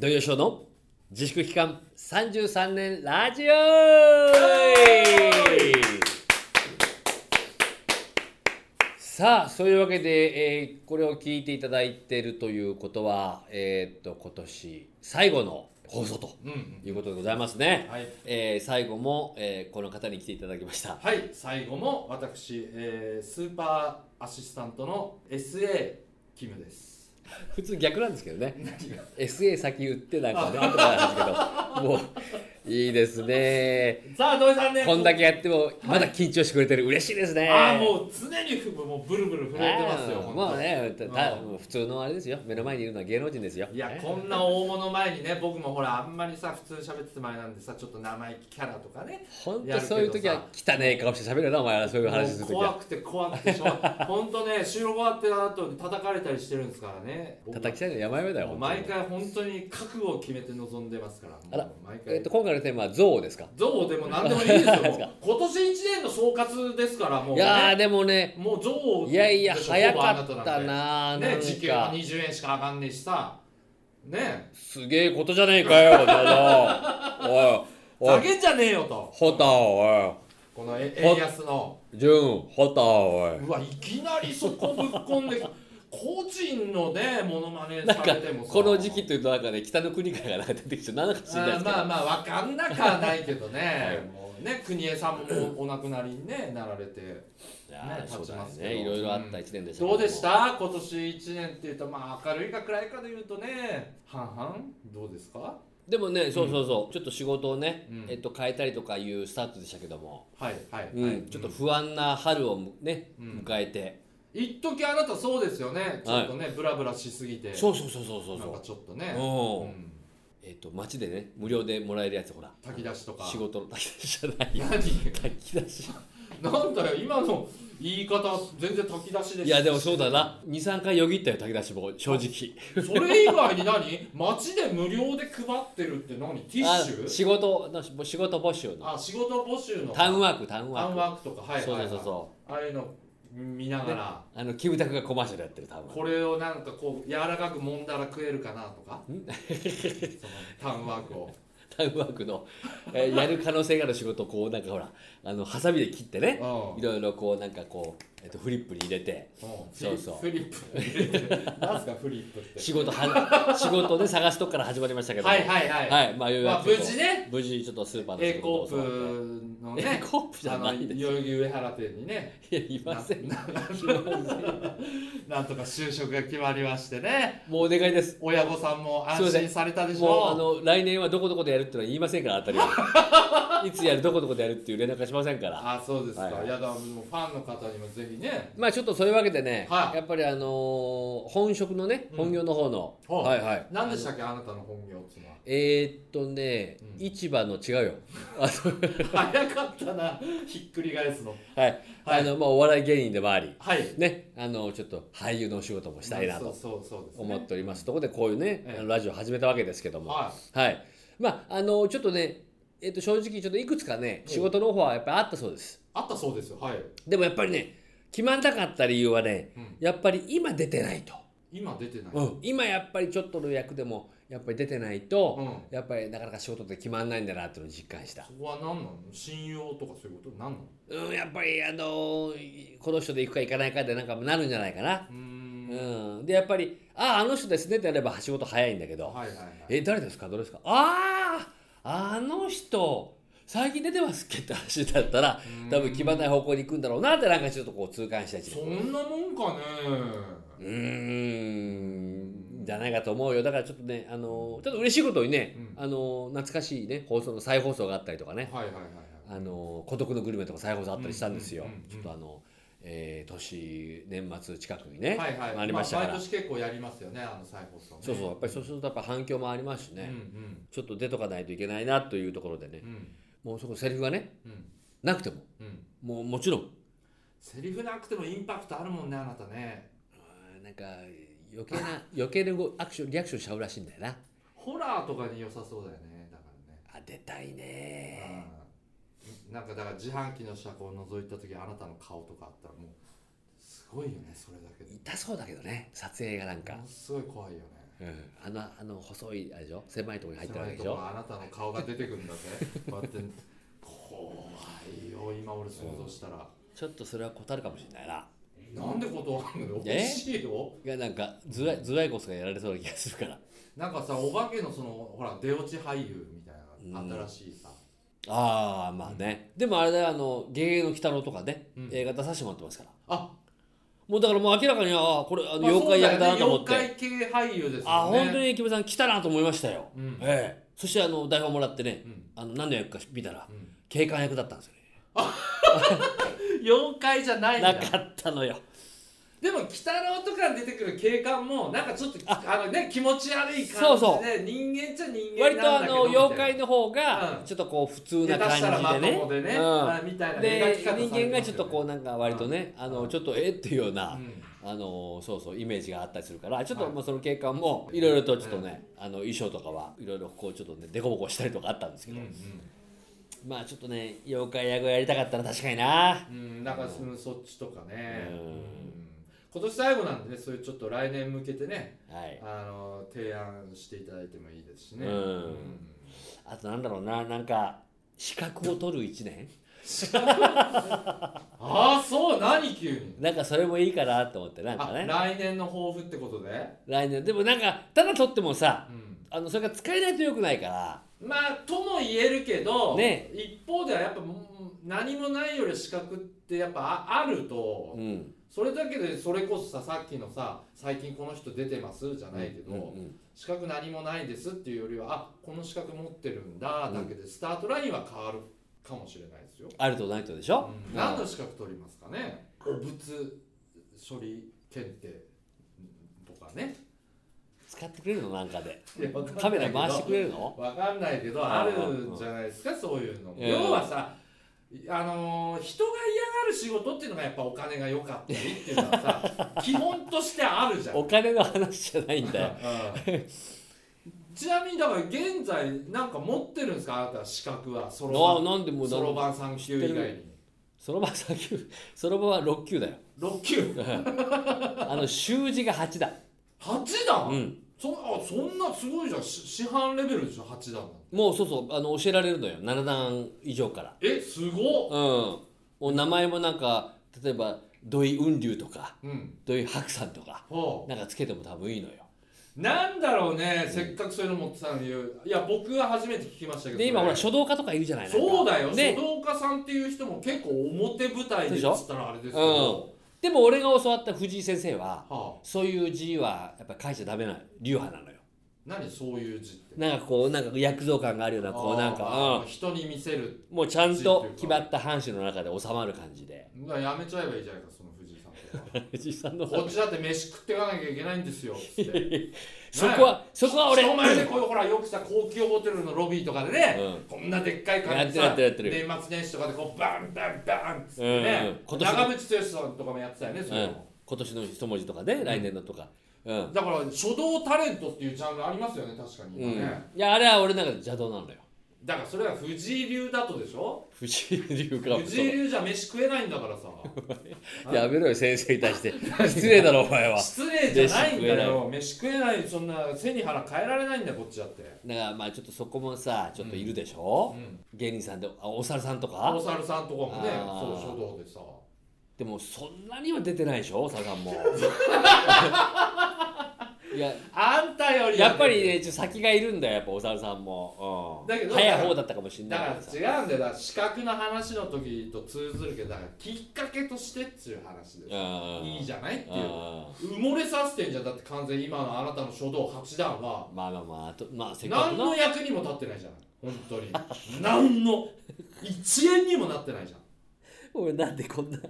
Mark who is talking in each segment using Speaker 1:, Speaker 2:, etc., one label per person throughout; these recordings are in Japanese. Speaker 1: 土曜ショーの自粛期間33年ラジオさあそういうわけで、えーこれを聞いていただいているということは、えーっと今年最後の放送と
Speaker 2: うん
Speaker 1: いうことでございますね、
Speaker 2: はい
Speaker 1: えー最後も、えーこの方に来ていただきました
Speaker 2: はい、最後も私、えースーパーアシスタントの SA キムです。
Speaker 1: 普通逆なんですけどね
Speaker 2: 何が
Speaker 1: SA 先言ってなんかね後からなんですけどもういいですね
Speaker 2: さあ、土井さんね、
Speaker 1: こんだけやってもまだ緊張してくれてる嬉しいですね
Speaker 2: ああ、もう常にふもうブルブル震えてますよ、
Speaker 1: あー
Speaker 2: 本当に
Speaker 1: もうねたた
Speaker 2: うん
Speaker 1: もう普通のあれですよ目の前にいるのは芸能人ですよ
Speaker 2: いや、
Speaker 1: ね
Speaker 2: こんな大物前にね、僕もほら、あんまりさ、普通に喋ってた前なんでさ、ちょっと生意気キャラとかね、
Speaker 1: ほんとそういう時は汚ねえ顔して喋るなお前らそういう話する時
Speaker 2: もう怖
Speaker 1: は
Speaker 2: くて怖くてしょう がない、本当ね、収録終わってあと叩かれたりしてるんですからね、
Speaker 1: 叩きたいの山々だよ
Speaker 2: もう
Speaker 1: 本当
Speaker 2: 毎
Speaker 1: に
Speaker 2: 回本当に覚悟を決めて臨んでますから、もう
Speaker 1: あら
Speaker 2: 毎回。
Speaker 1: えっと今回のテーマは象ですか
Speaker 2: 象でも何でもい いですよ今年一年の総括ですからもう、
Speaker 1: い
Speaker 2: ね、
Speaker 1: やーでもね
Speaker 2: もう象
Speaker 1: いやいや
Speaker 2: でしょ
Speaker 1: 早かっ
Speaker 2: ほぼあ
Speaker 1: た
Speaker 2: たなん
Speaker 1: なな
Speaker 2: て
Speaker 1: んか
Speaker 2: ね時給も20円しか上がんねえしさね
Speaker 1: すげえことじゃねえかよだろ
Speaker 2: え
Speaker 1: おいお
Speaker 2: 下
Speaker 1: い
Speaker 2: げじゃねえよと
Speaker 1: ホタお
Speaker 2: このえ円安の
Speaker 1: いジュンホタおいう
Speaker 2: わいきなりそこぶっ込んでき 個人のねモノマネされてもさ
Speaker 1: この時期というとなんかね北の国からなんか出てきてなんか知んないで
Speaker 2: あ
Speaker 1: すけ
Speaker 2: ー
Speaker 1: ど、
Speaker 2: まあまあわかんなくはないけどねもうね国枝さんもお亡くなりに、ね、なられて
Speaker 1: いやー
Speaker 2: ね
Speaker 1: そうだよ
Speaker 2: 立ちますけ
Speaker 1: ね
Speaker 2: ど
Speaker 1: いろいろあった一年でしたけ
Speaker 2: ど
Speaker 1: も
Speaker 2: うでした今年一年っていうとまあ明るいか暗いかで言うとね半々どうですか
Speaker 1: でもねそうそうそう、ちょっと仕事をね、
Speaker 2: うん
Speaker 1: えっと、変えたりとかいうスタートでしたけども、
Speaker 2: はいはい、
Speaker 1: うん
Speaker 2: はい
Speaker 1: ちょっと不安な春をむね、
Speaker 2: うん
Speaker 1: 迎えて、
Speaker 2: 一時あなたそうですよねちょっとね、ブラブラしすぎて
Speaker 1: そうそうそうそうそう
Speaker 2: なんか
Speaker 1: そ
Speaker 2: ちょっと
Speaker 1: う
Speaker 2: ね、
Speaker 1: お
Speaker 2: う
Speaker 1: ー
Speaker 2: ん
Speaker 1: えっと街でね無料でもらえるやつほら
Speaker 2: 炊き出しとか
Speaker 1: 仕事の炊き出しじゃない よ
Speaker 2: 何
Speaker 1: 炊き出し
Speaker 2: なんだよ今の言い方全然炊き出しで
Speaker 1: いやでもそうだな23回よぎったよ炊き出しも正直
Speaker 2: それ以外に何街で無料で配ってるって何ティッシ
Speaker 1: あ
Speaker 2: ュ
Speaker 1: 仕事の仕事募集の
Speaker 2: あ仕事募集の
Speaker 1: タウン
Speaker 2: ワ
Speaker 1: ワークタウン
Speaker 2: タ
Speaker 1: ワー
Speaker 2: ウン
Speaker 1: ク
Speaker 2: ワークとかはいはい、
Speaker 1: そう
Speaker 2: は
Speaker 1: そ
Speaker 2: いう
Speaker 1: そうそ
Speaker 2: ああいうの見ながら
Speaker 1: うあのキムタクがコマーシャルやってるタウンワーク
Speaker 2: これをなんかこう柔らかく揉んだら食えるかなとかそのタウンワークを
Speaker 1: タウンワークの、えーやる可能性がある仕事をこうなんかほらあのハサミで切ってねいろいろこうなんかこう、えっとフリップに入れて
Speaker 2: そ
Speaker 1: そうそう
Speaker 2: フリップ何すかフリップって
Speaker 1: 仕事は仕事で探すとこから始まりましたけども
Speaker 2: はいはいはい、
Speaker 1: はいまあよう
Speaker 2: ま
Speaker 1: や
Speaker 2: あ、
Speaker 1: く
Speaker 2: 無事ね
Speaker 1: 無事ちょっとスーパーの
Speaker 2: A コ
Speaker 1: 収録を
Speaker 2: ープ
Speaker 1: 終
Speaker 2: の
Speaker 1: わって
Speaker 2: ね
Speaker 1: A コープじ
Speaker 2: あ
Speaker 1: ゃな
Speaker 2: の
Speaker 1: い
Speaker 2: 代
Speaker 1: です
Speaker 2: 々木上原店にね
Speaker 1: いやいません
Speaker 2: な ななんとか就職が決まりましてね
Speaker 1: もうお願いです
Speaker 2: 親御さんも
Speaker 1: すい
Speaker 2: 安
Speaker 1: ませ
Speaker 2: 心
Speaker 1: ん
Speaker 2: されたでし
Speaker 1: もうあ
Speaker 2: ょ
Speaker 1: の来年はどこどこでやるってのは言いませんから当たり前いつやるどこどこでやるっていう連絡はしませんから
Speaker 2: あそうですか、
Speaker 1: はいはい
Speaker 2: いやだからもうファンの方にもぜひね
Speaker 1: まあちょっとそういうわけでね、
Speaker 2: はい
Speaker 1: やっぱりあのー本職のね
Speaker 2: うん
Speaker 1: 本業の方の、
Speaker 2: はい
Speaker 1: はいはい
Speaker 2: 何でしたっけあなたの本名っていうのは
Speaker 1: えー、っとね、
Speaker 2: うん
Speaker 1: 市場の違うよあの、
Speaker 2: 早かったなひっくり返すの
Speaker 1: はい
Speaker 2: はい
Speaker 1: あのまあ、お笑い芸人でもあり
Speaker 2: はい
Speaker 1: ねあのちょっと俳優のお仕事もしたいなと
Speaker 2: そうそうそうです、ね、
Speaker 1: 思っておりますところでこういうね、
Speaker 2: ええ
Speaker 1: あのラジオ始めたわけですけども
Speaker 2: は
Speaker 1: はいまああのちょっとねえっと正直ちょっといくつかね
Speaker 2: うん
Speaker 1: 仕事の方はやっぱりあったそうです
Speaker 2: いあったそうですよはい、
Speaker 1: でもやっぱりね決まんなかった理由はね
Speaker 2: うん、
Speaker 1: やっぱり今出てないと、
Speaker 2: 今出てない、
Speaker 1: うん、今やっぱりちょっとの役でもやっぱり出てないと、
Speaker 2: うん
Speaker 1: やっぱりなかなか仕事って決まんないんだなっていうのを実感した
Speaker 2: そこは何なの信用とかそういうこと何なの
Speaker 1: うん、やっぱりあのーこの人で行くか行かないかでなんかなるんじゃないかな。
Speaker 2: うーん
Speaker 1: うん、でやっぱり「あああの人ですね」ってやれば仕事早いんだけど
Speaker 2: はいはいは
Speaker 1: 「
Speaker 2: い
Speaker 1: え誰ですかどれですかあああの人最近出てますっけ?」って話だったら多分決まんない方向に行くんだろうなってなんかちょっとこう痛感したりして
Speaker 2: そんなもんかね
Speaker 1: うーんじゃないかと思うよだからちょっとねあのーちょっと嬉しいことにね、
Speaker 2: うん
Speaker 1: あのー懐かしいね放送の再放送があったりとかね
Speaker 2: はいはいはいはい
Speaker 1: あの孤独のグルメとか再放送あったりしたんですよ。
Speaker 2: うんうんうんうん
Speaker 1: ちょっとあの、えー年年末近くにね、
Speaker 2: はいはい
Speaker 1: ありましたから、
Speaker 2: あ毎年結構やりますよねあの再放送ね
Speaker 1: そうそうやっぱりそうするとやっぱ反響もありますしね、
Speaker 2: うん
Speaker 1: ちょっと出とかないといけないなというところでね
Speaker 2: うんうん
Speaker 1: もうそこセリフがね
Speaker 2: うん
Speaker 1: なくても
Speaker 2: うん
Speaker 1: もうもちろん
Speaker 2: セリフなくてもインパクトあるもんねあなたね
Speaker 1: あーなんか余計 な余計なごアクションリアクションしちゃうらしいんだよな
Speaker 2: ホラーとかに良さそうだよねだからね
Speaker 1: あ出たいね
Speaker 2: うんなんかだから自販機の車庫を覗いた時あなたの顔とかあったらもうすごいよねそれだけで
Speaker 1: 痛そうだけどね撮影がなんか
Speaker 2: ものすごい怖いよね
Speaker 1: うん、あのあの細いあれでしょ狭いところに入ってるわ
Speaker 2: 狭
Speaker 1: けで
Speaker 2: いと
Speaker 1: し
Speaker 2: こ
Speaker 1: ょ
Speaker 2: あなたの顔が出てくるんだぜこうやって怖いよ今俺想像したら、
Speaker 1: ちょっとそれは断るかもしれないな
Speaker 2: なんで断るのよ
Speaker 1: え
Speaker 2: 美味しいよ
Speaker 1: いやなんかずらずらいこそがやられそうな気がするから
Speaker 2: なんかさお化けのそのほら出落ち俳優みたいな、新しいさ
Speaker 1: ああまあね、でもあれだよあの「ゲゲゲの鬼太郎」とかね、
Speaker 2: うん
Speaker 1: 映画出させてもらってますから
Speaker 2: あ、
Speaker 1: もうだからもう明らかにああこれあの
Speaker 2: まあ
Speaker 1: 妖怪役だなと思っ
Speaker 2: そう
Speaker 1: て、
Speaker 2: だよね妖怪系俳優ですよね
Speaker 1: あ本当に木村さん来たなと思いましたよ、
Speaker 2: うん
Speaker 1: ええそしてあの台本もらってね、
Speaker 2: うん
Speaker 1: あの何の役か見たら、
Speaker 2: うん
Speaker 1: 警官役だったんですよね
Speaker 2: 妖怪じゃないんだ
Speaker 1: なかったのよ
Speaker 2: でも鬼太郎とかに出てくる警官もなんかちょっとあのね気持ち悪い感じで
Speaker 1: そうそう
Speaker 2: 人間っちゃ人間
Speaker 1: 割
Speaker 2: な
Speaker 1: とあ
Speaker 2: んだけ
Speaker 1: の
Speaker 2: ど
Speaker 1: 妖怪
Speaker 2: の
Speaker 1: の方が
Speaker 2: うん
Speaker 1: ちょっとこう普通な
Speaker 2: 下手したらま
Speaker 1: 感
Speaker 2: と
Speaker 1: じでね
Speaker 2: もでね、あみたい
Speaker 1: うん
Speaker 2: な
Speaker 1: で
Speaker 2: 描き
Speaker 1: 人
Speaker 2: 方されてますよね
Speaker 1: 間がちょっとこうなんか割とねあのちょっとえっていうような、
Speaker 2: うん
Speaker 1: あのそうそうイメージがあったりするからちょっと
Speaker 2: はい
Speaker 1: まあその警官もいろいろとちょっとね、あの衣装とかはいろいろこうちょっとね凸凹したりとかあったんですけど、まあちょっとね妖怪役をやりたかったら確かにな
Speaker 2: うんうんなんかそのそっちとかね、
Speaker 1: う
Speaker 2: うんん今年最後なんでねそういうちょっと来年向けてね
Speaker 1: はい
Speaker 2: あの提案していただいてもいいですしね、
Speaker 1: うんあとなんだろうななんか資格を取る1年
Speaker 2: ああそう何急に
Speaker 1: なんかそれもいいかなと思ってなんか
Speaker 2: あ
Speaker 1: ね
Speaker 2: 来年の抱負ってことで、
Speaker 1: 来年でもなんかただ取ってもさ
Speaker 2: うん
Speaker 1: あのそれが使えないとよくないから
Speaker 2: まあとも言えるけど、
Speaker 1: ね
Speaker 2: 一方ではやっぱもう何もないより資格ってやっぱああると、
Speaker 1: うん
Speaker 2: それだけでそれこそささっきのさ「最近この人出てます」じゃないけど、
Speaker 1: うんうん
Speaker 2: 資格何もないですっていうよりはあこの資格持ってるんだだけでスタートラインは変わるかもしれないですよ、
Speaker 1: あるとないとでしょ、
Speaker 2: うん
Speaker 1: うん
Speaker 2: 何の資格取りますかね汚物処理検定とかね
Speaker 1: 使ってくれるのなんかで
Speaker 2: いやわかんないけど
Speaker 1: カメラ回してくれるの
Speaker 2: わかんないけどあるんじゃないですかそういうのも、
Speaker 1: うん
Speaker 2: 要はさあのー人が嫌がる仕事っていうのがやっぱお金が良かったりっていうのは さ基本としてあるじゃん、
Speaker 1: お金の話じゃないんだよ
Speaker 2: うんちなみにだから現在なんか持ってるんですかあなたは資格は そ
Speaker 1: ああ
Speaker 2: ろ
Speaker 1: なんで
Speaker 2: ば
Speaker 1: も
Speaker 2: ん
Speaker 1: う
Speaker 2: そろ
Speaker 1: な
Speaker 2: ばん3級以外に
Speaker 1: そろばん3級そろばんは6級だよ
Speaker 2: 6級
Speaker 1: あの習字が8だ
Speaker 2: 8段、
Speaker 1: うん
Speaker 2: そあそんなすごいじゃんし師範レベルでしょ8段なんて
Speaker 1: もうそうそうあの教えられるのよ7段以上から
Speaker 2: えすごっ
Speaker 1: うんもう名前もなんか例えば土井雲龍とか
Speaker 2: うん
Speaker 1: 土井白山とか
Speaker 2: はあ
Speaker 1: なんかつけても多分いいのよ
Speaker 2: なんだろうね、せっかくそういうの持ってたのにいや僕は初めて聞きましたけど
Speaker 1: で今ほ
Speaker 2: それ
Speaker 1: ら書道家とかいるじゃないなんか
Speaker 2: そうだよ、
Speaker 1: ね
Speaker 2: 書道家さんっていう人も結構表舞台で
Speaker 1: で
Speaker 2: っ
Speaker 1: しょ
Speaker 2: つったらあれですけど、
Speaker 1: でも俺が教わった藤井先生は
Speaker 2: はあ、
Speaker 1: そういう字はやっぱ書いちゃダメな流派なのよ
Speaker 2: 何そういう字って
Speaker 1: なんかこうなんか躍動感があるようなこうなんか、
Speaker 2: 人に見せる
Speaker 1: うん、もうちゃんと決まった範疇の中で収まる感じで
Speaker 2: だからやめちゃえばいいじゃないかその藤井さんとか
Speaker 1: 藤井さんの
Speaker 2: こっちだって飯食っていかなきゃいけないんですよつって
Speaker 1: そこはそこは俺
Speaker 2: 人前でこういうほらよくさ高級ホテルのロビーとかでね、
Speaker 1: うん
Speaker 2: こんなでっかい感じで
Speaker 1: やってるやってるや
Speaker 2: 年末年始とかでこうバンバンバンっつって
Speaker 1: うんう
Speaker 2: ね
Speaker 1: ん、今年
Speaker 2: 長渕剛さんとかもやってたよねそれ
Speaker 1: うん
Speaker 2: も、、
Speaker 1: 今年の一文字とかね、来年のとか、うん
Speaker 2: だから書道タレントっていうジャンルありますよね確かに
Speaker 1: う
Speaker 2: 今
Speaker 1: ん
Speaker 2: ね、
Speaker 1: いやあれは俺の中で邪道なのよ
Speaker 2: だからそれは藤井流だとでしょ
Speaker 1: 藤井流か
Speaker 2: 藤井流じゃ飯食えないんだか らさ
Speaker 1: やめろよ先生に対して 失礼だろお前は
Speaker 2: 失礼じゃないんだよ飯食えないそんな背に腹変えられないんだよこっちだって
Speaker 1: だからまあちょっとそこもさちょっといるでしょ、
Speaker 2: うん
Speaker 1: 芸人さんであお猿さんとか
Speaker 2: 大猿さんとかもね
Speaker 1: あー
Speaker 2: そう書道でさ
Speaker 1: でもそんなには出てないでしょお猿さ んもいや
Speaker 2: あんたより
Speaker 1: やっぱりねちょっと先がいるんだよやっぱお猿さんも、うん、
Speaker 2: だけど
Speaker 1: 早い方だったかもしれ
Speaker 2: だ
Speaker 1: ない
Speaker 2: から
Speaker 1: けどさ
Speaker 2: 違うんだよだから資格の話の時と通ずるけどだからきっかけとしてっていう話でしょいい
Speaker 1: ゃ
Speaker 2: じゃないっていう
Speaker 1: あ
Speaker 2: 埋もれさせてんじゃんだって完全に今のあなたの書道8段は
Speaker 1: まあまあまあとまあせっかく
Speaker 2: 何
Speaker 1: な
Speaker 2: の役にも立ってないじゃん本当に何の一円にもなってないじゃ
Speaker 1: 俺なんでこんなん
Speaker 2: ね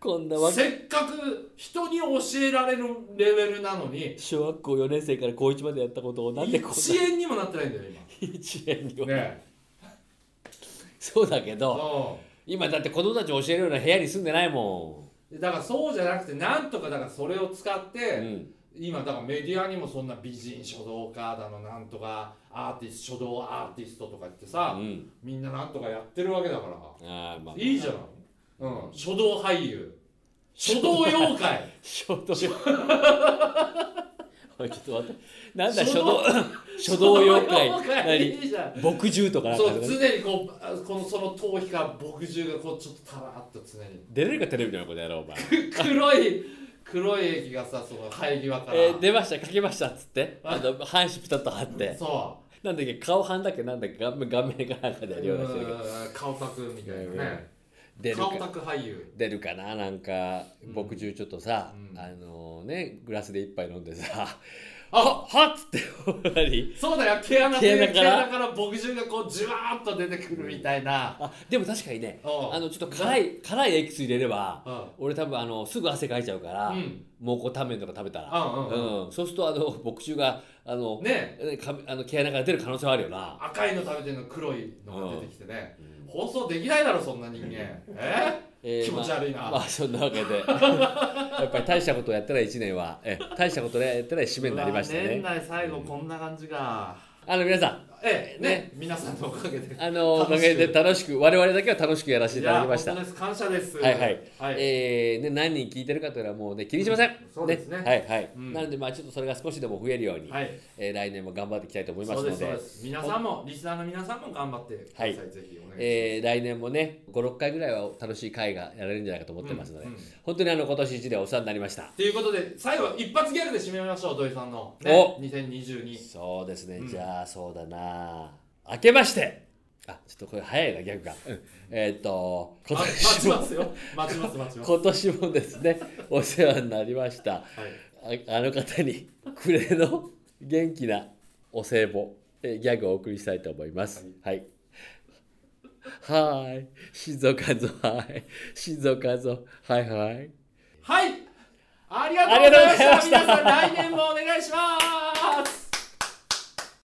Speaker 1: こんなわ
Speaker 2: せっかく人に教えられるレベルなのに
Speaker 1: 小学校4年生から高1までやったことをなんで こん
Speaker 2: 一
Speaker 1: な
Speaker 2: 円にもなってないんだよ
Speaker 1: 1年に
Speaker 2: 今
Speaker 1: は、
Speaker 2: ね
Speaker 1: そうだけど
Speaker 2: そ
Speaker 1: 今だって子供たち教えるような部屋に住んでないも
Speaker 2: うだからそうじゃなくてなんとかだからそれを使っ
Speaker 1: ん、う
Speaker 2: て、
Speaker 1: ん、
Speaker 2: 今だからメディアにもそんな美人書道家だのなんとかアーティスト書道アーティストとか言って
Speaker 1: う
Speaker 2: さ、
Speaker 1: ん、
Speaker 2: みんななんとかやってるわけだから
Speaker 1: あーまあ
Speaker 2: いいじゃん、うん、書道俳優書道妖怪
Speaker 1: 書道 おいちょっと待ってなんだ初動
Speaker 2: 書 道
Speaker 1: 書道妖怪
Speaker 2: 書道妖怪いいじゃん
Speaker 1: 何墨汁とかなんか
Speaker 2: そう常にこうあこのその頭皮から墨汁がこうちょっとたらーっと常 に
Speaker 1: 出れるかテレビのこの野郎お前、
Speaker 2: 黒い黒い液がさその生え際から、
Speaker 1: えー出ましたかけましたっつってあの半紙ピタッと貼って
Speaker 2: そ
Speaker 1: なんだっけ顔半だっけなんだっけ顔面顔面かなんか
Speaker 2: う
Speaker 1: で両方してるけど
Speaker 2: うん顔タクみたいなね
Speaker 1: 出る
Speaker 2: 顔
Speaker 1: か
Speaker 2: タク俳優
Speaker 1: 出るかななんか
Speaker 2: うん
Speaker 1: 墨汁ちょっとさ、
Speaker 2: うん
Speaker 1: あのねグラスで一杯飲んでさ「
Speaker 2: あ
Speaker 1: ははっ!」つって何
Speaker 2: そうだよ毛穴
Speaker 1: 毛穴
Speaker 2: 毛
Speaker 1: から
Speaker 2: 穴から墨汁がこうじわーっと出てくるみたいな、
Speaker 1: あでも確かにね
Speaker 2: うん
Speaker 1: あのちょっと辛い辛いエキス入れれば、
Speaker 2: うん
Speaker 1: 俺多分あのすぐ汗かいちゃうから、
Speaker 2: うん
Speaker 1: 蒙古タンメンとか食べたら、
Speaker 2: うんうん
Speaker 1: うんそうするとあの墨汁があの、
Speaker 2: ね
Speaker 1: かあの毛穴から出る可能性はあるよな
Speaker 2: 赤いの食べてるの黒いのが出てきてね、放送できないだろそんな人間え
Speaker 1: えー
Speaker 2: 気持ち悪いな
Speaker 1: まあ、まあそんなわけ でやっぱり大したことをやったら1年はえ大したことをやったら締めになりました
Speaker 2: うわ
Speaker 1: ね
Speaker 2: 年内最後こんな感じか、
Speaker 1: あの皆さん
Speaker 2: ええね皆さんのおかげで
Speaker 1: あのおかげで楽しく我々だけは楽しくやらせていただきました
Speaker 2: いや本当です感謝です
Speaker 1: はいはい、
Speaker 2: はい
Speaker 1: えーね、何人聞いてるかというのはもうね気にしません、
Speaker 2: そうですね
Speaker 1: はいはい、
Speaker 2: うん
Speaker 1: なのでまあちょっとそれが少しでも増えるように、
Speaker 2: はい
Speaker 1: えー来年も頑張っていきたいと思います
Speaker 2: そう
Speaker 1: の
Speaker 2: で
Speaker 1: です
Speaker 2: そうです皆さんもリスナーの皆さんも頑張ってください、
Speaker 1: は
Speaker 2: ぜひお願いします、
Speaker 1: えー来年もね56回ぐらいは楽しい会がやられるんじゃないかと思ってますので、
Speaker 2: うんうん
Speaker 1: 本当にあの今年1年お世話になりました
Speaker 2: ということで最後一発ギャグで締めましょう土井さんの、
Speaker 1: お
Speaker 2: 2022
Speaker 1: そうですね、
Speaker 2: うん
Speaker 1: じゃあそうだな明けましてあちょっとこれ早いな逆が、うんえーっと
Speaker 2: あ
Speaker 1: 今
Speaker 2: 待ち
Speaker 1: 年
Speaker 2: ま
Speaker 1: も
Speaker 2: すよ待ちます待ちます、は
Speaker 1: 今年もですねお世話になりました
Speaker 2: い、
Speaker 1: ああの方に暮れの元気なお歳暮えーギャグをお送りしたいと思います。はい。はーい。静岡ぞはい。静岡ぞはいはい。
Speaker 2: はいありがとうございま
Speaker 1: ありがとう
Speaker 2: した
Speaker 1: ございました
Speaker 2: 皆さん来年もお願いします